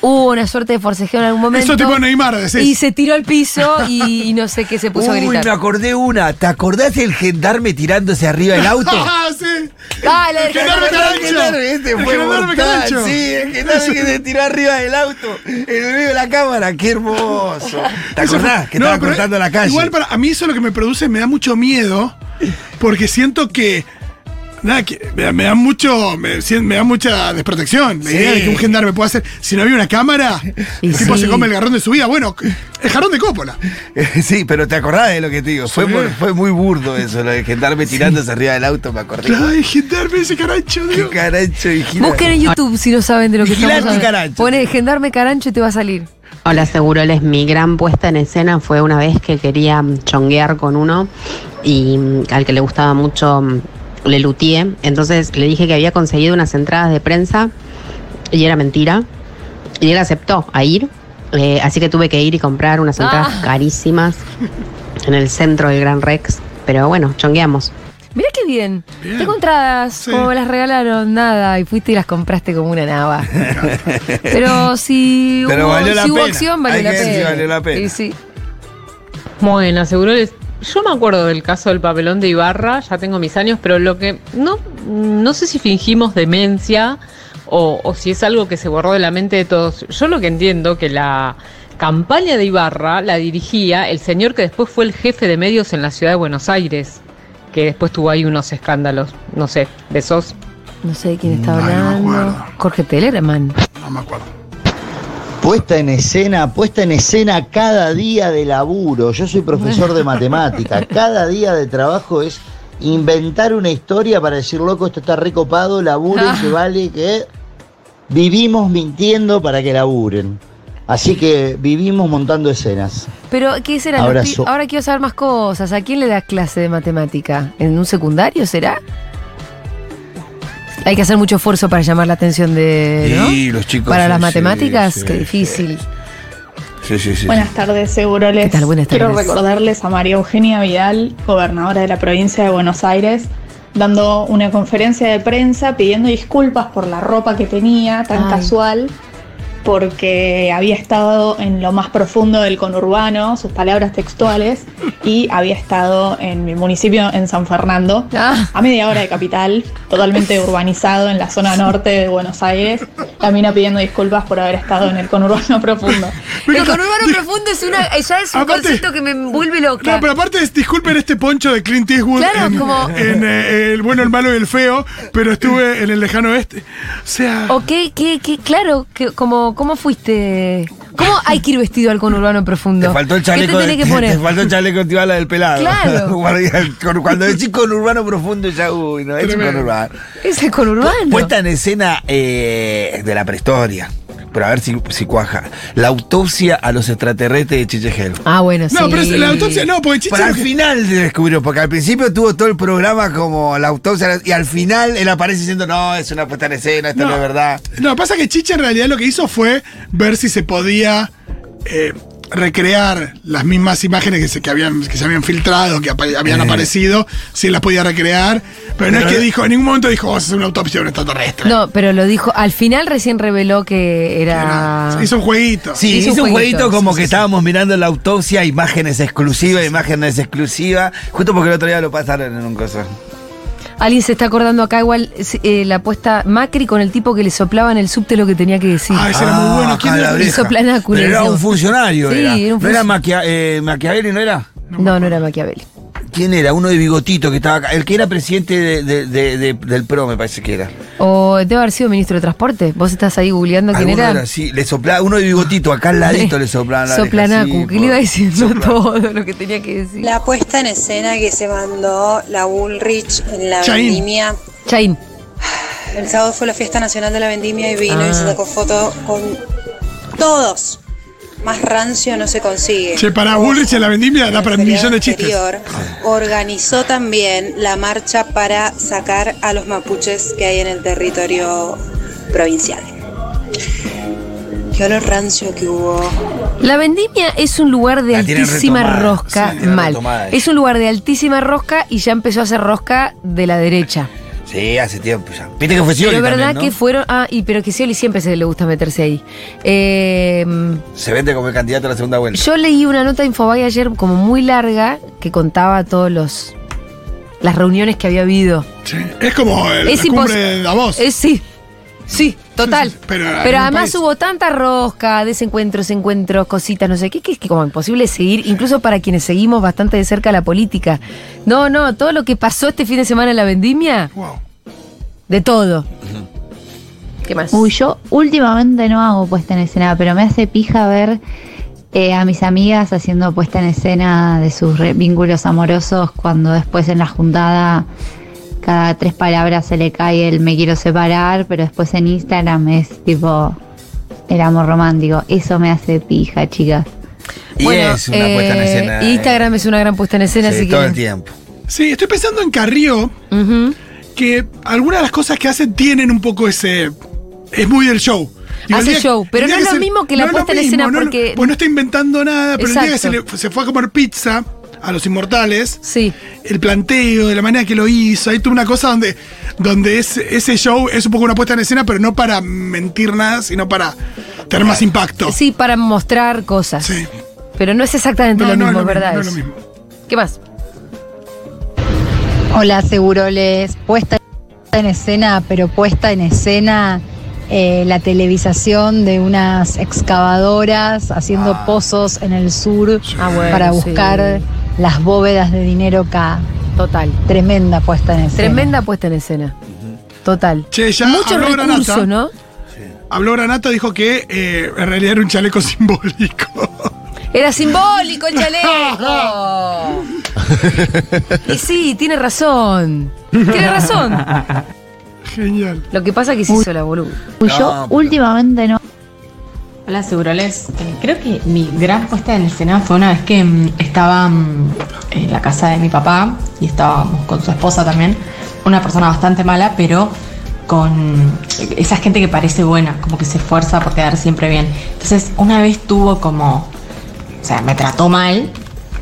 A: hubo una suerte de forcejeo en algún momento.
C: Eso tipo Neymar, decís.
A: Y se tiró al piso y, y no sé qué se puso a
B: Uy,
A: gritar.
B: me acordé una. ¿Te acordás del gendarme tirándose arriba del auto?
C: ¡Ah, sí!
A: Ah, la
C: El
A: del
C: gendarme
A: gendarme
C: Carancho.
B: Este
C: El
B: fue
C: gendarme
B: mortal.
C: Carancho.
B: Sí, el gendarme que se tiró arriba del auto, en el medio de la cámara. ¡Qué hermoso! ¿Te
C: Eso fue-
B: acordás? Que
C: No,
B: estaba
C: pero
B: cortando la calle.
C: Igual para a mí eso lo que me produce me da mucho miedo porque siento que nada que me, da- me da mucho me, sien- me da mucha desprotección la
B: Sí.
C: idea de que un gendarme pueda hacer si no había una cámara
A: Y
C: el tipo
A: sí.
C: se come el garrón de su vida bueno el jarrón de Coppola
B: Sí, pero te acordás de lo que te digo. Fue,
C: Sí.
B: por- fue muy burdo eso, lo de gendarme tirándose arriba del auto, me acordé.
C: ay gendarme ese caracho
B: ¡Qué
C: Dios.
B: caracho! vigila-
A: Busquen en YouTube si no saben de lo que estamos
B: Vigilante
A: hablando.
B: Carancho.
A: Pone gendarme carancho y te va a salir.
E: Hola, Seguroles. Mi gran puesta en escena fue una vez que quería mm, chonguear con uno y mm, al que le gustaba mucho mm, le lutié. Entonces le dije que había conseguido unas entradas de prensa y era mentira. Y él aceptó a ir. eh, así que tuve que ir y comprar unas entradas
A: Ah.
E: carísimas en el centro del Gran Rex. Pero bueno, chongueamos.
A: Mirá qué bien.
C: Bien.
A: Tengo entradas,
C: Sí.
A: como me las regalaron, nada, y fuiste y las compraste como una nava. Pero si
B: Pero
A: hubo,
B: valió la
A: si hubo
B: pena.
A: acción, valió
B: Hay
A: la,
B: que decir
A: pena.
B: si valió la pena.
A: Sí, sí.
F: Bueno, aseguró el- Yo me acuerdo del caso del papelón de Ibarra, ya tengo mis años, pero lo que. No, no sé si fingimos demencia o, o si es algo que se borró de la mente de todos. Yo lo que entiendo que la campaña de Ibarra la dirigía el señor que después fue el jefe de medios en la ciudad de Buenos Aires, que después tuvo ahí unos escándalos, no sé, de esos.
A: No sé de quién está
C: Ay, no me
A: hablando.
C: acuerdo.
A: Jorge Tellerman.
C: No me acuerdo.
G: Puesta en escena, puesta en escena cada día de laburo. Yo soy profesor de matemática. Cada día de trabajo es inventar una historia para decir, loco, esto está recopado, laburen, que vale, que vivimos mintiendo para que laburen. Así que vivimos montando escenas.
A: Pero, ¿qué será? Los
G: Abrazo.
A: pi- Ahora quiero saber más cosas. ¿A quién le das clase de matemática? ¿En un secundario será? Hay que hacer mucho esfuerzo para llamar la atención de. ¿no?
B: Y los chicos.
A: para
B: sí,
A: las
B: sí,
A: matemáticas,
B: sí,
A: qué
B: sí.
A: difícil.
B: Sí, sí, sí.
H: Buenas tardes, Seguroles.
A: ¿Qué tal? Buenas
H: Quiero
A: tardes.
H: recordarles a María Eugenia Vidal, gobernadora de la provincia de Buenos Aires, dando una conferencia de prensa pidiendo disculpas por la ropa que tenía tan
A: Ay.
H: casual, porque había estado en lo más profundo del conurbano, sus palabras textuales, y había estado en mi municipio, en San Fernando,
A: Ah,
H: a media hora de capital, totalmente urbanizado en la zona norte de Buenos Aires, la mina pidiendo disculpas por haber estado en el conurbano profundo.
C: Me
A: el
C: encanta.
A: conurbano profundo es una, ya es un
C: Aparte-
A: concepto que me vuelve loca.
C: No, pero aparte, es- disculpen este poncho de Clint Eastwood
A: Claro,
C: en,
A: como-
C: en, eh, El bueno, el malo y el feo, pero estuve en el lejano oeste. O sea,
A: ¿O qué, qué, qué- claro, que, como, ¿cómo fuiste? ¿Cómo hay que ir vestido al conurbano profundo?
B: Te faltó el
A: ¿Qué
B: chaleco.
A: te
B: de-
A: tenés que
B: Te
A: poner?
B: faltó el chaleco antibala del pelado.
A: Claro.
B: Guardia- con- Cuando decís con urbano profundo, ya uy, no, es un
C: Tremendo.
B: conurbano.
A: Es el conurbano.
B: Puesta en escena eh, de la prehistoria. Pero a ver si, si cuaja. La autopsia a los extraterrestres de Chiche Helm.
A: Ah, bueno, sí.
C: no, pero es- la autopsia no, porque Chiche
B: Pero al
C: lo que-
B: final se descubrió, porque al principio tuvo todo el programa como la autopsia y al final él aparece diciendo, no, es una puesta en escena, esto no, es verdad.
C: No, pasa que Chicha en realidad lo que hizo fue ver si se podía eh, recrear las mismas imágenes que se, que habían, que se habían filtrado, que apa- habían aparecido, si las podía recrear. Eh. Pero no es que dijo, en ningún momento dijo, vamos a hacer una autopsia de un extraterrestre.
A: No, pero lo dijo, al final recién reveló que era...
C: Se hizo un jueguito.
B: Sí,
A: Hizo
B: hizo,
A: un
B: un
A: jueguito,
B: jueguito, como
A: sí,
B: que
A: sí,
B: estábamos mirando la autopsia, imágenes exclusivas, imágenes exclusivas, justo porque el otro día lo pasaron en un cosa.
A: Alguien se está acordando acá igual eh, la apuesta Macri con el tipo que le soplaba en el subte lo que tenía que decir.
C: Ah, ese era muy bueno. ¿Quién
B: acá
C: era?
B: la oreja.
A: Hizo planáculas,
B: Pero era
A: digo.
B: un funcionario,
A: Sí,
B: era.
A: era un
B: ¿No era
A: func-
B: Maquia- eh, Maquiavelo, no era?
A: no, no era Maquiavel.
B: ¿Quién era? Uno de bigotito que estaba acá. El que era presidente de- de- de- de- del PRO, me parece que era.
A: O debe haber sido ministro de Transporte. Vos estás ahí googleando quién
B: Alguno
A: era.
B: era así, le soplaba, uno de bigotito, acá al ladito le soplaban la
A: Soplanacu,
B: oreja, así,
A: que le iba
B: por-
A: diciendo
B: sopla-
A: todo lo que tenía que decir.
I: La puesta en escena que se mandó la Bullrich en la
C: Chaín.
I: vendimia.
A: Chain.
I: El sábado fue la fiesta nacional de la vendimia y vino
A: Ah.
I: y se sacó foto con todos. Más rancio no se consigue.
C: Che, para Bullrich en la vendimia da para un
I: El
C: millón de
I: periodo anterior
C: chistes.
I: Organizó también la marcha para sacar a los mapuches que hay en el territorio provincial. Qué olor rancio que hubo.
A: La vendimia es un lugar de
B: La tienen
A: altísima
B: retomada,
A: rosca
B: sí, la tienen
A: mal.
B: retomada.
A: Es un lugar de altísima rosca y ya empezó a hacer rosca de la derecha.
B: Sí, hace tiempo ya. Viste que fue
A: Pero
B: Pues Scioli
A: es verdad
B: también, ¿no?
A: que fueron. Ah, y pero que Scioli siempre se le gusta meterse ahí. Eh,
B: Se vende como el candidato a la segunda vuelta.
A: Yo leí una nota de Infobay ayer como muy larga que contaba todos los las reuniones que había habido.
C: Sí. Es como el,
A: Es
C: la
A: impos-
C: cumbre de Davos.
A: Es sí. Sí, total.
C: sí, sí, pero
A: Pero,
C: en un
A: además
C: país.
A: hubo tanta rosca, desencuentros, encuentros, cositas, no sé qué, que es que como imposible seguir, incluso para quienes seguimos bastante de cerca la política. No, no, todo lo que pasó este fin de semana en la vendimia,
C: Wow.
A: de todo. ¿Qué más?
J: Uy, yo últimamente no hago puesta en escena, pero me hace pija ver eh, a mis amigas haciendo puesta en escena de sus re- vínculos amorosos cuando después en la juntada cada tres palabras se le cae el me quiero separar, pero después en Instagram es tipo el amor romántico. Eso me hace pija, chicas.
B: Y
A: Bueno,
B: es una puesta en
A: eh,
B: escena. eh.
A: Instagram es una gran puesta en escena,
B: Sí,
A: así que.
B: todo el tiempo.
C: Sí, estoy pensando en Carrió,
A: Ujú.
C: que algunas de las cosas que hacen tienen un poco ese. Es muy del show. Digo, el
A: Hace
C: día-
A: show, pero
C: el día
A: no es
C: que
A: lo mismo que la
C: es lo
A: puesta en
C: mismo,
A: escena,
C: no es lo-
A: porque-
C: Pues no está inventando nada, pero el día que se,
A: Exacto.
C: le- se fue a comer pizza a los inmortales.
A: Sí.
C: El planteo, de la manera que lo hizo. Ahí tuvo una cosa donde, donde es- ese show es un poco una puesta en escena, pero no para mentir nada, sino para tener más impacto.
A: Sí, para mostrar cosas.
C: Sí.
A: Pero no es exactamente
C: No,
A: lo
C: no
A: mismo,
C: es lo mismo,
A: ¿verdad?
C: no es lo
A: eso?
C: mismo.
A: ¿Qué más?
K: Hola, Seguroles. Puesta en escena, pero puesta en escena eh, la televisación de unas excavadoras haciendo pozos en el sur
A: Ah, bueno,
K: para
A: sí.
K: buscar las bóvedas de dinero K.
A: Total.
K: Tremenda puesta en escena.
A: Tremenda puesta en escena. Total.
C: Che, ya
A: Mucho
C: habló
A: recurso,
C: Granata.
A: ¿no?
C: Habló Granata, dijo que eh, en realidad era un chaleco simbólico.
A: Era simbólico el chaleco. y sí, tiene razón. Tiene razón.
C: Genial.
A: Lo que pasa es que se hizo la boluda.
J: Yo últimamente no.
L: Hola, Seguroles. Eh, Creo que mi gran puesta en escena fue una vez que mm, estaba mm, en la casa de mi papá y estábamos con su esposa también. Una persona bastante mala, pero con esa gente que parece buena, como que se esfuerza por quedar siempre bien. Entonces, una vez tuvo como. O sea, me trató mal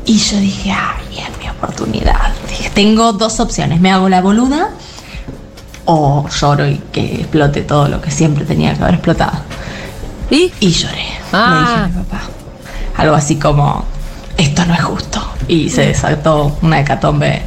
L: y yo dije, ah, bien, mi oportunidad. Dije, tengo dos opciones. Me hago la boluda o lloro y que explote todo lo que siempre tenía que haber explotado.
A: ¿Y?
L: lloré.
A: Ah.
L: Le dije a mi papá. Algo así como, esto no es justo. Y se desató una hecatombe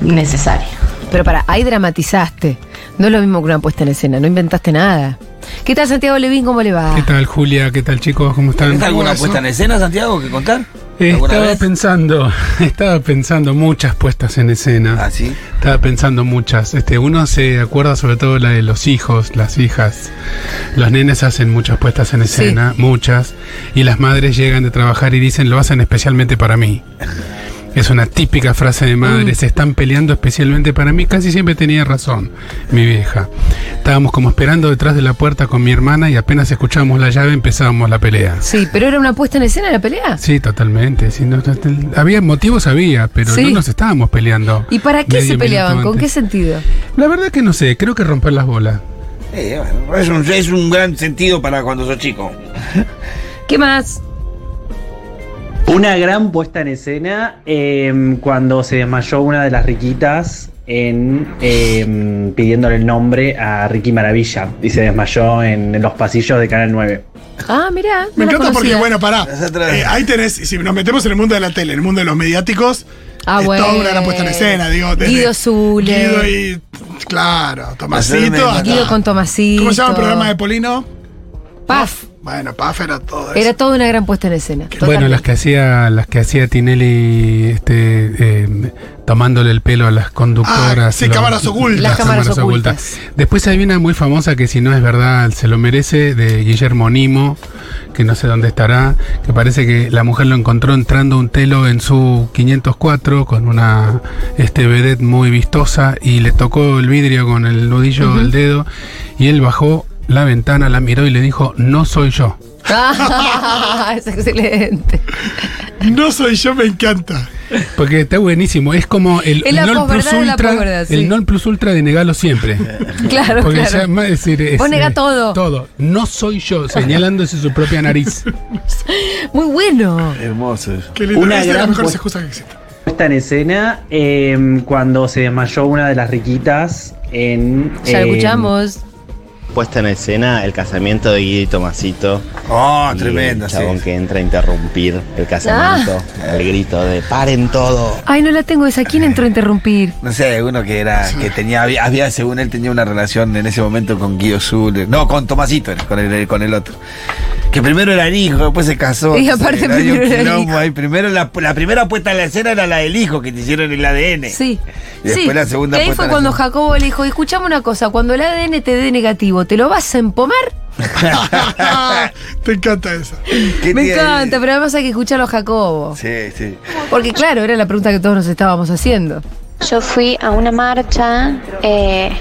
L: necesaria.
A: Pero para, ahí dramatizaste. No es lo mismo que una puesta en escena, no inventaste nada. ¿Qué tal Santiago Levín? ¿Cómo le va?
M: ¿Qué tal, Julia? ¿Qué tal, chicos? ¿Cómo están?
B: ¿Tienes alguna puesta en escena, Santiago, que contar? ¿Alguna
M: Estaba
B: vez?
M: pensando, estaba pensando muchas puestas en escena. ¿Ah, sí? Estaba pensando muchas. Este, uno se acuerda sobre todo la de los hijos, las hijas. Los nenes hacen muchas puestas en escena, muchas. Y las madres llegan de trabajar y dicen, lo hacen especialmente para mí. Es una típica frase de madre, se están peleando especialmente para mí. Casi siempre tenía razón, mi vieja. Estábamos como esperando detrás de la puerta con mi hermana y apenas escuchábamos la llave empezábamos la pelea.
A: Sí, pero era una puesta en escena la pelea.
M: Sí, totalmente. sí, no, no, no, había motivos, había, pero
A: Sí.
M: no nos estábamos peleando.
A: ¿Y para qué
M: medio
A: se
M: minuto
A: peleaban? ¿Con qué
M: antes.
A: sentido?
M: La verdad que no sé, creo que romper las bolas.
B: Eh, bueno, es, un, es un gran sentido para cuando sos chico.
A: ¿Qué más?
N: Una gran puesta en escena eh, cuando se desmayó una de las riquitas en eh, pidiéndole el nombre a Ricky Maravilla y se desmayó en los pasillos de Canal 9.
A: Ah, mirá. no
C: Me
A: la
C: encanta porque,
A: conocía.
C: bueno, pará. eh, ahí tenés, y si nos metemos en el mundo de la tele, en el mundo de los mediáticos, eh,
A: Ah,
C: es
A: bueno.
C: toda una gran puesta en escena, digo. desde
A: Guido Zule.
C: Guido y. Claro, Tomasito. hasta-
A: Guido con Tomasito.
C: ¿Cómo se llama el programa de Polino?
A: Paf.
C: Bueno, Paf era todo eso.
A: Era toda una gran puesta en escena.
M: Bueno,
A: Totalmente.
M: las que hacía, las que hacía Tinelli este, eh, tomándole el pelo a las conductoras.
C: Ah, sí, cámaras ocultas. Las cámaras
M: Después hay una muy famosa que si no es verdad, se lo merece, de Guillermo Nimo, que no sé dónde estará, que parece que la mujer lo encontró entrando a un telo en su 504 con una este, vedette muy vistosa y le tocó el vidrio con el nudillo del dedo y él bajó la ventana, la miró y le dijo, no soy yo.
A: Ah, es excelente.
C: No soy yo, me encanta.
M: Porque está buenísimo. Es como el
A: Es la
M: non plus
A: posverdad de la
M: ultra.
A: posverdad, sí.
M: El non plus ultra de negarlo siempre.
A: Claro,
M: Porque
A: claro.
M: ya más decir, es,
A: Vos negá
M: eh,
A: todo.
M: Todo. No soy yo, señalándose su propia nariz.
A: Muy bueno.
B: Hermoso.
C: Qué lindo.
N: Una
C: Esa es la
N: gran
C: mejor
N: puesta-
C: excusa que existe.
N: Puesta en escena eh, cuando se desmayó una de las riquitas en.
A: Ya lo
N: eh,
A: escuchamos.
O: Puesta en escena el casamiento de Guido y Tomasito.
B: Oh,
O: Y
B: tremendo,
O: El
B: sí.
O: chabón que entra a interrumpir el casamiento. El grito de paren todo.
A: Ay, no la tengo esa. ¿Quién entró a interrumpir?
B: No sé, uno que era, que tenía, había, había- según él tenía una relación en ese momento con Guido Zul, no, con Tomasito, era, con el, con el otro. Que primero era el hijo, después se casó.
A: Y aparte
B: Entonces, había un
A: primero era el
B: quilombo
A: hijo.
B: ahí. Primero la, la primera puesta en la escena era la del hijo que te hicieron el ADN.
A: Sí.
B: Y después
A: sí.
B: la segunda
A: Y ahí fue
B: puesta en la
A: cuando
B: escena.
A: Jacobo le dijo, escuchame una cosa, cuando el ADN te dé negativo, ¿te lo vas a empomar?
C: Te encanta esa.
A: Me encanta, pero además hay que escucharlo a Jacobo.
B: Sí, sí.
A: Porque claro, era la pregunta que todos nos estábamos haciendo.
P: Yo fui a una marcha eh,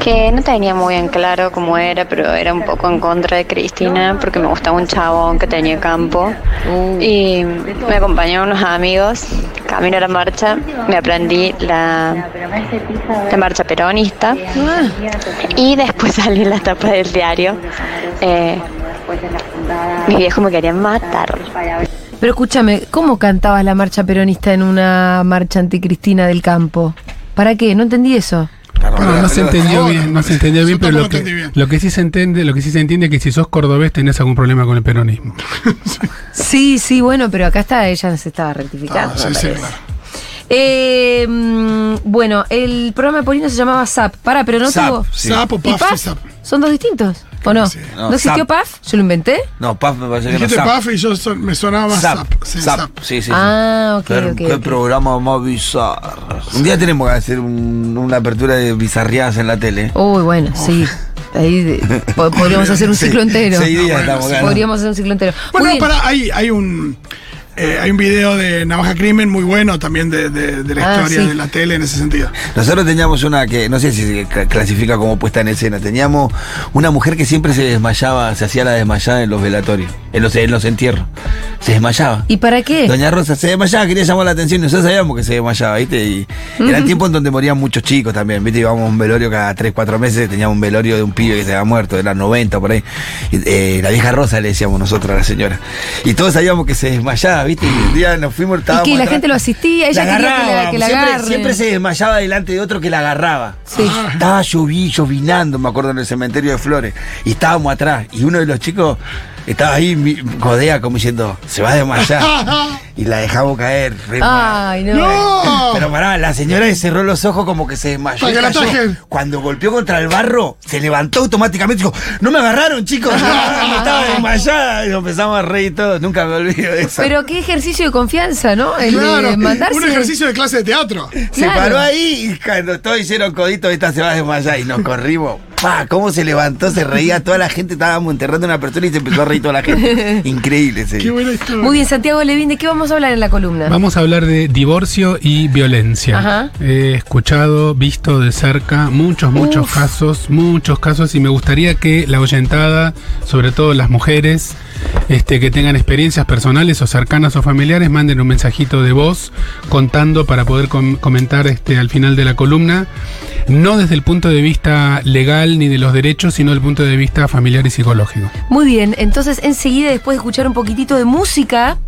P: que no tenía muy en claro cómo era, pero era un poco en contra de Cristina porque me gustaba un chabón que tenía campo. Y me acompañaron unos amigos, camino a la marcha, me aprendí la, la marcha peronista y después salí en la tapa del diario. Eh, mis viejos me querían matar.
A: Pero escúchame, ¿cómo cantabas la marcha peronista en una marcha anticristina del campo? ¿Para qué? No entendí eso.
M: Bueno, Ah, no se entendió bien, no se entendió bien,
A: Yo
M: pero lo
A: tampoco
M: que,
A: entendí bien.
M: lo que sí se entiende, lo que sí se entiende es que si sos cordobés tenés algún problema con el peronismo.
A: Sí, sí, bueno, pero acá está, ella se estaba
B: Ah,
A: rectificando. me parece. Eh, mm, bueno, el programa de Polino se llamaba SAP. Pará, pero no
B: Zap,
A: tuvo.
B: sí. Zap o
A: ¿Y
B: Puff, sí,
A: Puff?
B: Zap.
A: ¿Son dos distintos? ¿O no?
B: No,
A: ¿No, existió
B: Zap.
A: PAF? ¿Yo lo inventé?
B: No, Puff me parece que no
C: Dijiste
B: Zap.
C: Puff y yo son- me sonaba más
B: Zap,
C: Zap. sí,
B: Zap,
C: Zap.
B: sí, sí, sí.
A: Ah, ok,
B: Qué-
A: ok,
B: qué
A: ok.
B: programa más bizarro. Un día tenemos que hacer un- una apertura de bizarrías en la tele.
A: Uy, bueno, sí. Ahí de- po- podríamos hacer un
B: Sí,
A: ciclo entero.
B: seis días estamos acá, ¿no?
A: podríamos hacer un ciclo entero.
C: Bueno, para, hay, hay un. eh, hay un video de Navaja Crimen muy bueno también de, de- de la
B: Ah,
C: historia
B: sí.
C: de la tele en ese sentido.
B: Nosotros teníamos una que, no sé si se cla- clasifica como puesta en escena, teníamos una mujer que siempre se desmayaba, se hacía la desmayada en los velatorios, en los, en los entierros. Se desmayaba.
A: ¿Y para qué?
B: Doña Rosa se desmayaba, quería llamar la atención, y nosotros sabíamos que se desmayaba, ¿viste? Y era el tiempo en donde morían muchos chicos también, ¿viste? Íbamos a un velorio cada 3, 4 meses, teníamos un velorio de un pibe que se había muerto, de las 90 por ahí. Y, eh, la vieja Rosa le decíamos nosotros a la señora. Y todos sabíamos que se desmayaba, ¿viste? Y un día nos fuimos,
A: Y
B: estábamos.
A: que la
B: atrás.
A: gente lo asistía, ella
B: La
A: quería que la,
B: agarraba,
A: que la
B: siempre-
A: agarren.
B: siempre se desmayaba delante de otro que la agarraba. Ah, Estaba llovi, llovinando, me acuerdo, en el cementerio de Flores. Y estábamos atrás. Y uno de los chicos estaba ahí, mi- codea, como diciendo, se va a desmayar. y la dejamos caer. re mal.
A: Ay, no. ¡No!
B: Pero pará, la señora cerró los ojos como que se desmayó.
C: Para
B: y
C: que la
B: cayó.
C: atajen.
B: Cuando golpeó contra el barro, se levantó automáticamente y dijo, no me agarraron, chicos. no me agarraron, estaba desmayada. Y nos empezamos a reír todos. Nunca me olvido de eso.
A: Pero qué ejercicio de confianza, ¿no? El de
B: Claro,
A: eh, mandarse.
B: un ejercicio
C: de clase de teatro.
B: Se
A: Claro.
B: paró ahí y cuando todos hicieron codito, esta se va a desmayar y nos corrimos. ¡Pa! ¿Cómo se levantó? Se reía toda la gente. Estábamos enterrando a una persona y se empezó a reír toda la gente. Increíble, sí.
A: Muy bien, Santiago Levín, ¿de qué vamos a hablar en la columna?
M: Vamos a hablar de divorcio y violencia.
A: Ajá.
M: He escuchado, visto de cerca muchos, muchos
A: Uf.
M: casos, muchos casos, y me gustaría que la oyentada, sobre todo las mujeres, este, que tengan experiencias personales o cercanas o familiares, manden un mensajito de voz contando para poder com- comentar este, al final de la columna, no desde el punto de vista legal ni de los derechos, sino desde el punto de vista familiar y psicológico.
A: Muy bien, entonces enseguida, después de escuchar un poquitito de música,